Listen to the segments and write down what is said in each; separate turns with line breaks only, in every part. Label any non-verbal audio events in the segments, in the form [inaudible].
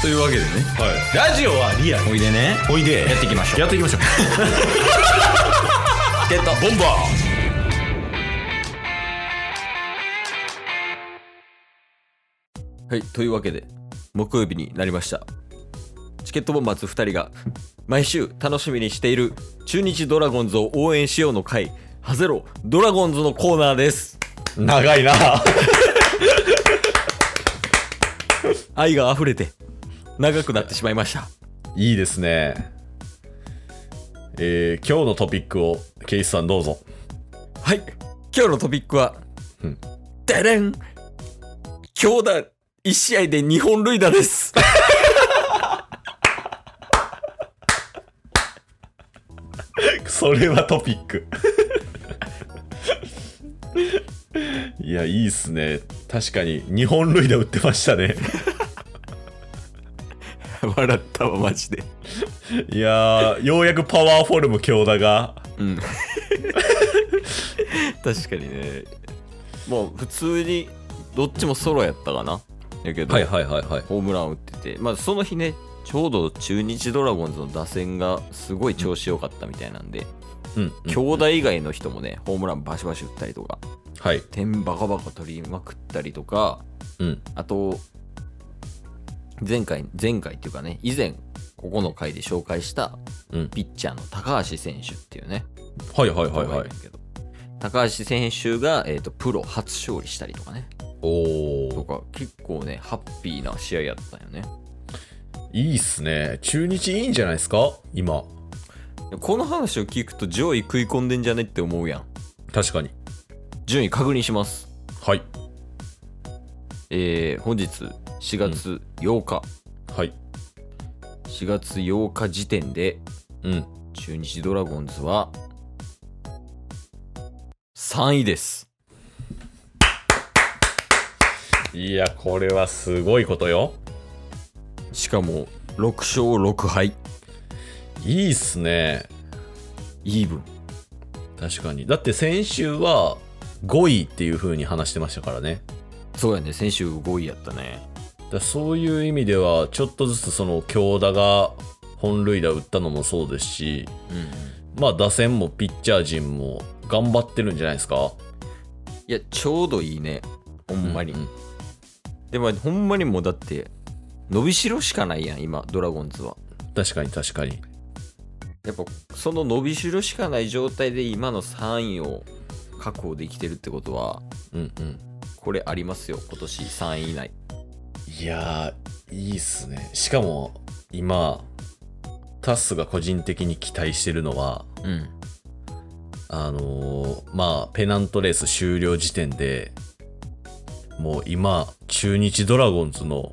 というわけでね
はい、ラジオはリアル
おいでね
おいで
やっていきましょう
やっていきましょう
[laughs] ゲット
ボンバ
はいというわけで木曜日になりましたチケットボンバーズ2人が毎週楽しみにしている中日ドラゴンズを応援しようの会ハゼロドラゴンズのコーナーです
ー長いな [laughs]
愛が溢れて長くなってしまいました
いいですねえー、今日のトピックをケイスさんどうぞ [laughs]
はい今日のトピックは
うん
でれん強打1試合で2本塁打です
それはトピック [laughs] いやいいっすね確かに日本塁打打ってましたね
[laughs]
[laughs]
笑ったわマジで
いやーようやくパワーフォルム強打が
うん確かにねもう普通にどっちもソロやったかなやけど、
はいはいはい
ホームラン打ってて、まあ、その日ねちょうど中日ドラゴンズの打線がすごい調子良かったみたいなんで、
うん、
兄弟以外の人もねホームランバシバシ打ったりとか
はい
点バカバカ取りまくったりとか
うん
あと前回前回っていうかね以前ここの回で紹介した
うん
ピッチャーの高橋選手っていうね
はいはいはいはい
人がるんやけど高橋選手が、えー、とプロ初勝利したりとかね
お
と
お
か結構ねハッピーな試合やったよね
いいっすね中日いいんじゃないですか今
この話を聞くと上位食い込んでんじゃねって思うやん
確かに
順位確認します
はい
えー、本日4月8日、
はい
4月8日時点で
うん
中日ドラゴンズは3位です
いやこれはすごいことよ
しかも6勝6敗
いいっすね
イーブン
確かにだって先週は5位っていう風に話してましたからね
そうやね先週5位やったね
だからそういう意味ではちょっとずつその強打が本塁打打ったのもそうですし
うん
まあ打線もピッチャー陣も頑張ってるんじゃないですか
いや、ちょうどいいね。ほんまに。
うんうん
でも、ほんまにもうだって、伸びしろしかないやん、今、ドラゴンズは。
確かに確かに
やっぱ、その伸びしろしかない状態で今の3位を確保できてるってことは、
うんうん
これありますよ、今年3位以内。
いやーいいっすねしかも今タスが個人的に期待してるのは
うん。
あのーまあペナントレース終了時点でもう今中日ドラゴンズの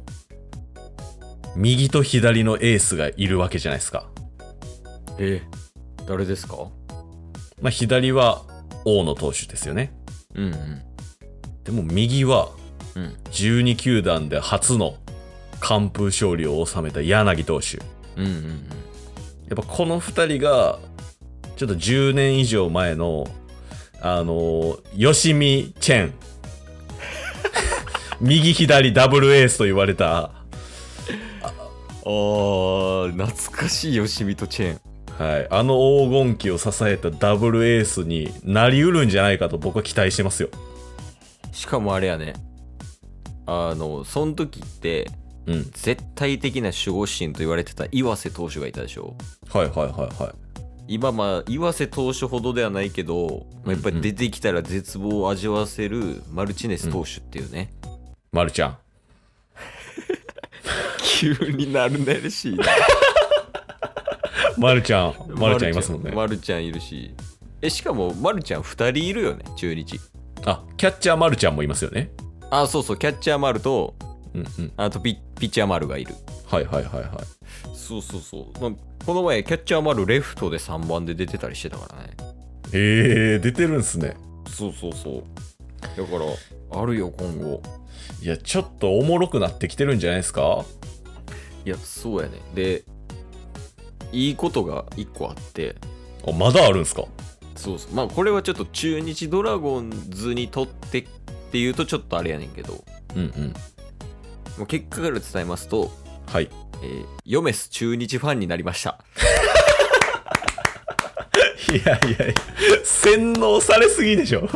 右と左のエースがいるわけじゃないですか、
え誰ですか
まあ、左は大野投手ですよね
うんうん。
でも右は
うん。
12球団で初の完封勝利を収めた柳投手
うんうんうん。
やっぱこの2人がちょっと10年以上前のあのよしみチェン右左ダブルエースと言われた
あー、懐かしいよしみとチェーン。
はい、あの黄金期を支えたダブルエースになりうるんじゃないかと僕は期待してますよ。
しかもあれやね。あの、その時って、
うん。
絶対的な守護神と言われてた岩瀬投手がいたでしょ
はいはいはいは
今まあ岩瀬投手ほどではないけど、まあ、やっぱり出てきたら絶望を味わわせるマルチネス投手っていうね、
い。まるちゃん。
急になるなる [laughs] しいな
まるちゃ
[laughs]
ん。まるちゃんいますもんね。
マルちゃんいるしえしかもマルちゃん2人いるよね中日
あ、キャッチャーまるちゃんもいますよね。
あそうそうキャッチャー丸と
うんうん。
あとピピッチャー丸がいる
はいはいはいはい。
そうそうそう、まあ、この前キャッチャー丸レフトで3番で出てたりしてたからね
えー、出てるんすね。
そうそうそうだからあるよ今後
いや、ちょっとおもろくなってきてるんじゃないですか
いや、そうやね。で、いいことが一個あって、
あ、まだあるんすか
そうそう。まあ、これはちょっと中日ドラゴンズにとってっていうとちょっとあれやねんけど、
うんうん。
もう結果から伝えますと、
はい。 [laughs]
えーヨメス中日ファンになりました。
いやいやいや、洗脳されすぎでしょ。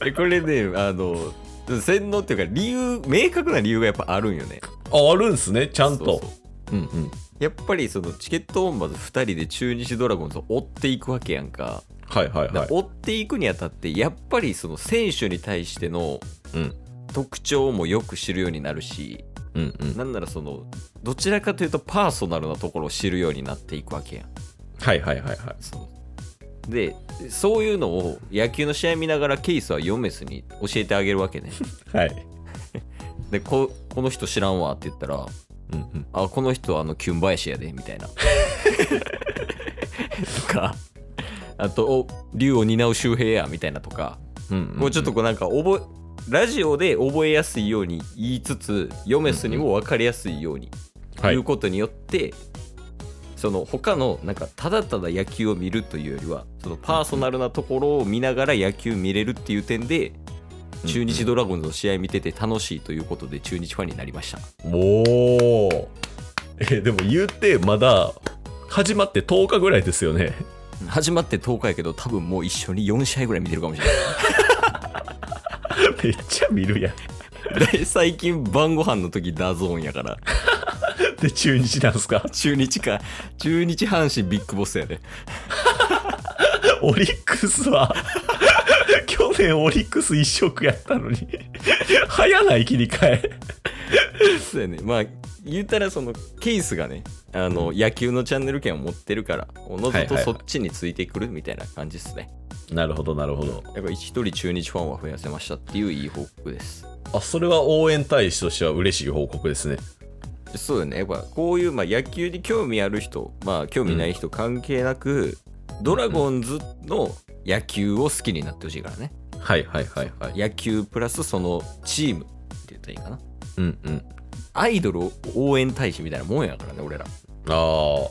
[laughs]
えこれね、あの、洗脳っていうか理由、明確な理由がやっぱあるんよね。
あ、あるんすね、ちゃん
そう
と
そう。
うんうん。
やっぱりそのチケットボンバーズ2人で中日ドラゴンズを追っていくわけやんか。
はいはい
だから。
はい
追っていくにあたって、やっぱりその選手に対しての
うん
特徴もよく知るようになるし、
うんうん。
なんならその、どちらかというとパーソナルなところを知るようになっていくわけやん。
はいはいはいはい。
そうでそういうのを野球の試合見ながらケイスはヨメスに教えてあげるわけね
はい。
でここの人知らんわって言ったら
うんうん。
あこの人はあのキュンバヤシやでみたい [laughs] なとかあとお竜を担う周平やみたいなとか、
うんんん
もうちょっとこうなんか覚えラジオで覚えやすいように言いつつヨメスにも分かりやすいように
は
言。
いう
ことによって、その他のなんかただただ野球を見るというよりはそのパーソナルなところを見ながら野球見れるっていう点で、
うん
中日ドラゴンズの試合見てて楽しいということで中日ファンになりました
おーえでも言うてまだ始まって10日ぐらいですよね [laughs]
始まって10日やけど多分もう一緒に4試合ぐらい見てるかもしれ
めっちゃ見るやん
[laughs] ないで最近晩ご飯の時ダゾーンやから
で中日なんすか [laughs]
中日か中日阪神ビッグボスやで
オリックスは [laughs] 去年オリックス一色やったのに [laughs] 早ない切り替え
そうやねまあ言うたらそのケースがねあの、野球のチャンネル権を持ってるからおのずとそっちについてくるみたいな感じですね、
なるほどなるほど
やっぱ一人中日ファンは増やせましたっていういい報告です
あそれは応援大使としては嬉しい報告ですね
そうよねやっぱこういうまあ野球に興味ある人まあ興味ない人関係なく、ドラゴンズの野球を好きになってほしいからね、
はいはいはいはい
野球プラスそのチームって言ったらいいかな
うんうん
アイドル応援大使みたいなもんやからね俺
[laughs]
ら
ああ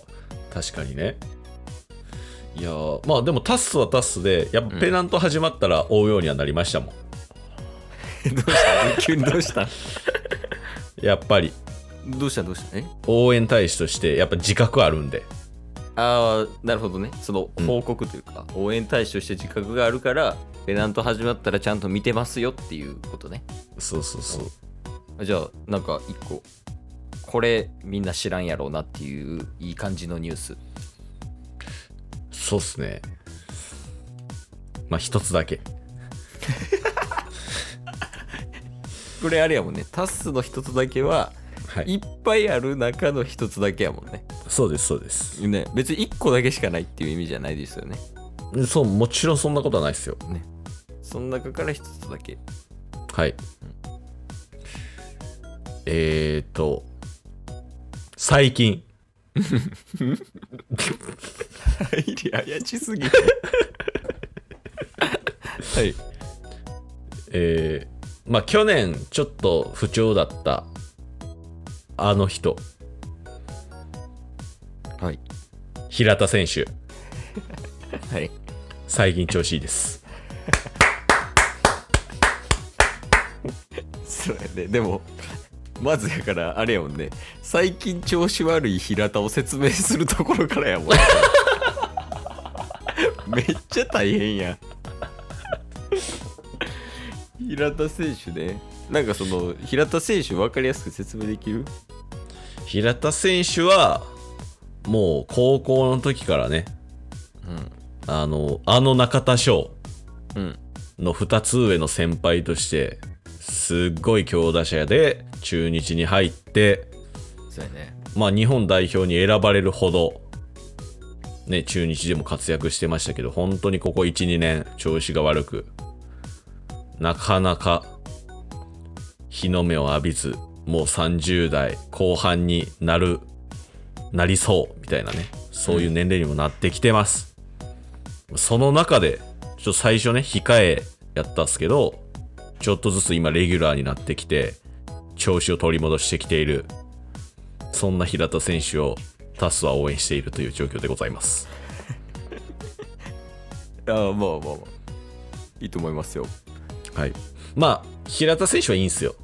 確かにねいやーまあでもタスはタスでやっぱペナント始まったら追うようにはなりましたもん、
どうした急にどう
[laughs]
した
やっぱり
どうしたどうしたえ
応援大使としてやっぱ自覚あるんで
ああなるほどねその
うん
報告というか、応援対象して自覚があるからペナント始まったらちゃんと見てますよっていうことね
そうそうそう
あじゃあなんか一個これみんな知らんやろうなっていういい感じのニュース
そうっすねまあ一つだけ
これあれやもんねタスの一つだけは
はい
いっぱいある中の一つだけやもんね
そうですそうです
ね別に一個だけしかないっていう意味じゃないですよね
そうもちろんそんなことはないですよ
その中から一つだけ
はいえーと最近
入り怪しすぎはい
えーまあ去年ちょっと不調だったあの人
はい
平田選手
はい
最近調子いいです
そうやねでもまずやからあれやもんね最近調子悪い平田を説明するところからや [laughs] もんめっちゃ大変やん平田選手ねなんかその平田選手分かりやすく説明できる
平田選手はもう高校の時からねあの、あの中田翔
うんうん
の2つ上の先輩として、すっごい強打者で、中日に入って、
そうやね
まあ日本代表に選ばれるほど、ね、中日でも活躍してましたけど、本当にここ1、2年調子が悪く、なかなか日の目を浴びず、もう30代後半になる、なりそう、みたいなね、そういう年齢にもなってきてます。その中で、ちょっと最初ね、控えやったんですけど、ちょっとずつ今レギュラーになってきて、調子を取り戻してきているそんな平田選手をタスは応援しているという状況でございます。
ああまあまあまあいいと思いますよ
はい。まあ、平田選手はいいんすよ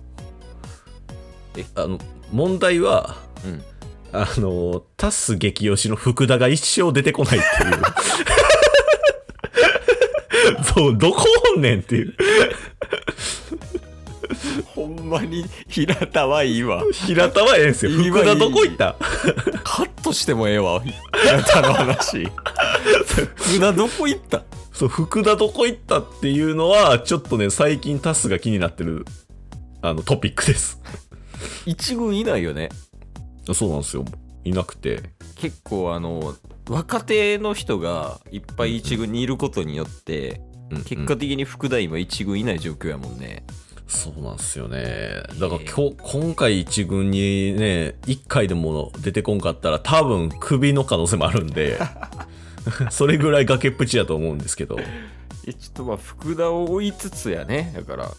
え。
あの、問題は、
うん
あの、タス激推しの福田が一生出てこないっていう。 [laughs] そう、どこおんねんっていう。
ほんまに平田はいいわ
平田はええんすよ。
いいわ
福田どこ行った
カットしてもええわ平田の話福田どこ行った
そう、福田どこ行ったっていうのは、ちょっとね、最近タスが気になってる、あの、トピックです。
一軍いないよね
そうなんですよ。いなくて。
結構あの若手の人がいっぱい一軍にいることによって
うんうん
結果的に福田今一軍いない状況やもんね、
そうなんですよね。だから今日、今回一軍にね、一回でも出てこんかったら多分クビの可能性もあるんで、 [laughs] それぐらい崖っぷちやと思うんですけど、
えちょっとまあ福田を追いつつやねだから、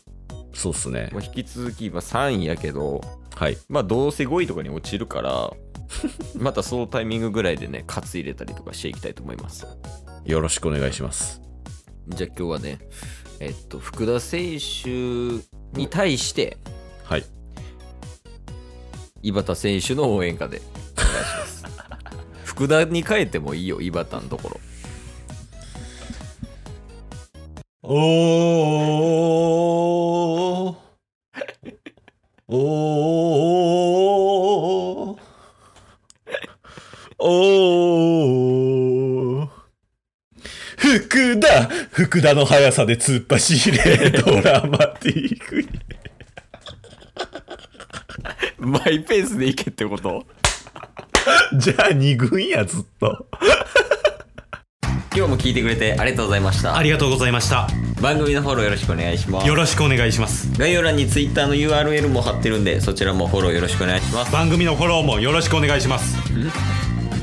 そうっすね
ま。あ、引き続き今3位やけど
はい。
まあどうせ5位とかに落ちるから [laughs] またそのタイミングぐらいでね勝つ入れたりとかしていきたいと思います
よろしくお願いします。
じゃあ今日はねえっと福田選手に対して
はい。
井端選手の応援歌でお願いします [laughs] 福田に変えてもいいよ井端のところ
おーおーおー福田福田の速さで突っ走れドラマティックに
マイペースでいけってこと
じゃあ二軍やずっと
今日も聞いてくれてありがとうございました
ありがとうございました。
番組のフォローよろしくお願いします
よろしくお願いします。
概要欄に Twitter の URL も貼ってるんでそちらもフォローよろしくお願いします
番組のフォローもよろしくお願いします。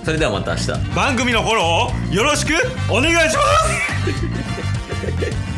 それではまた明日
番組のフォローをよろしくお願いします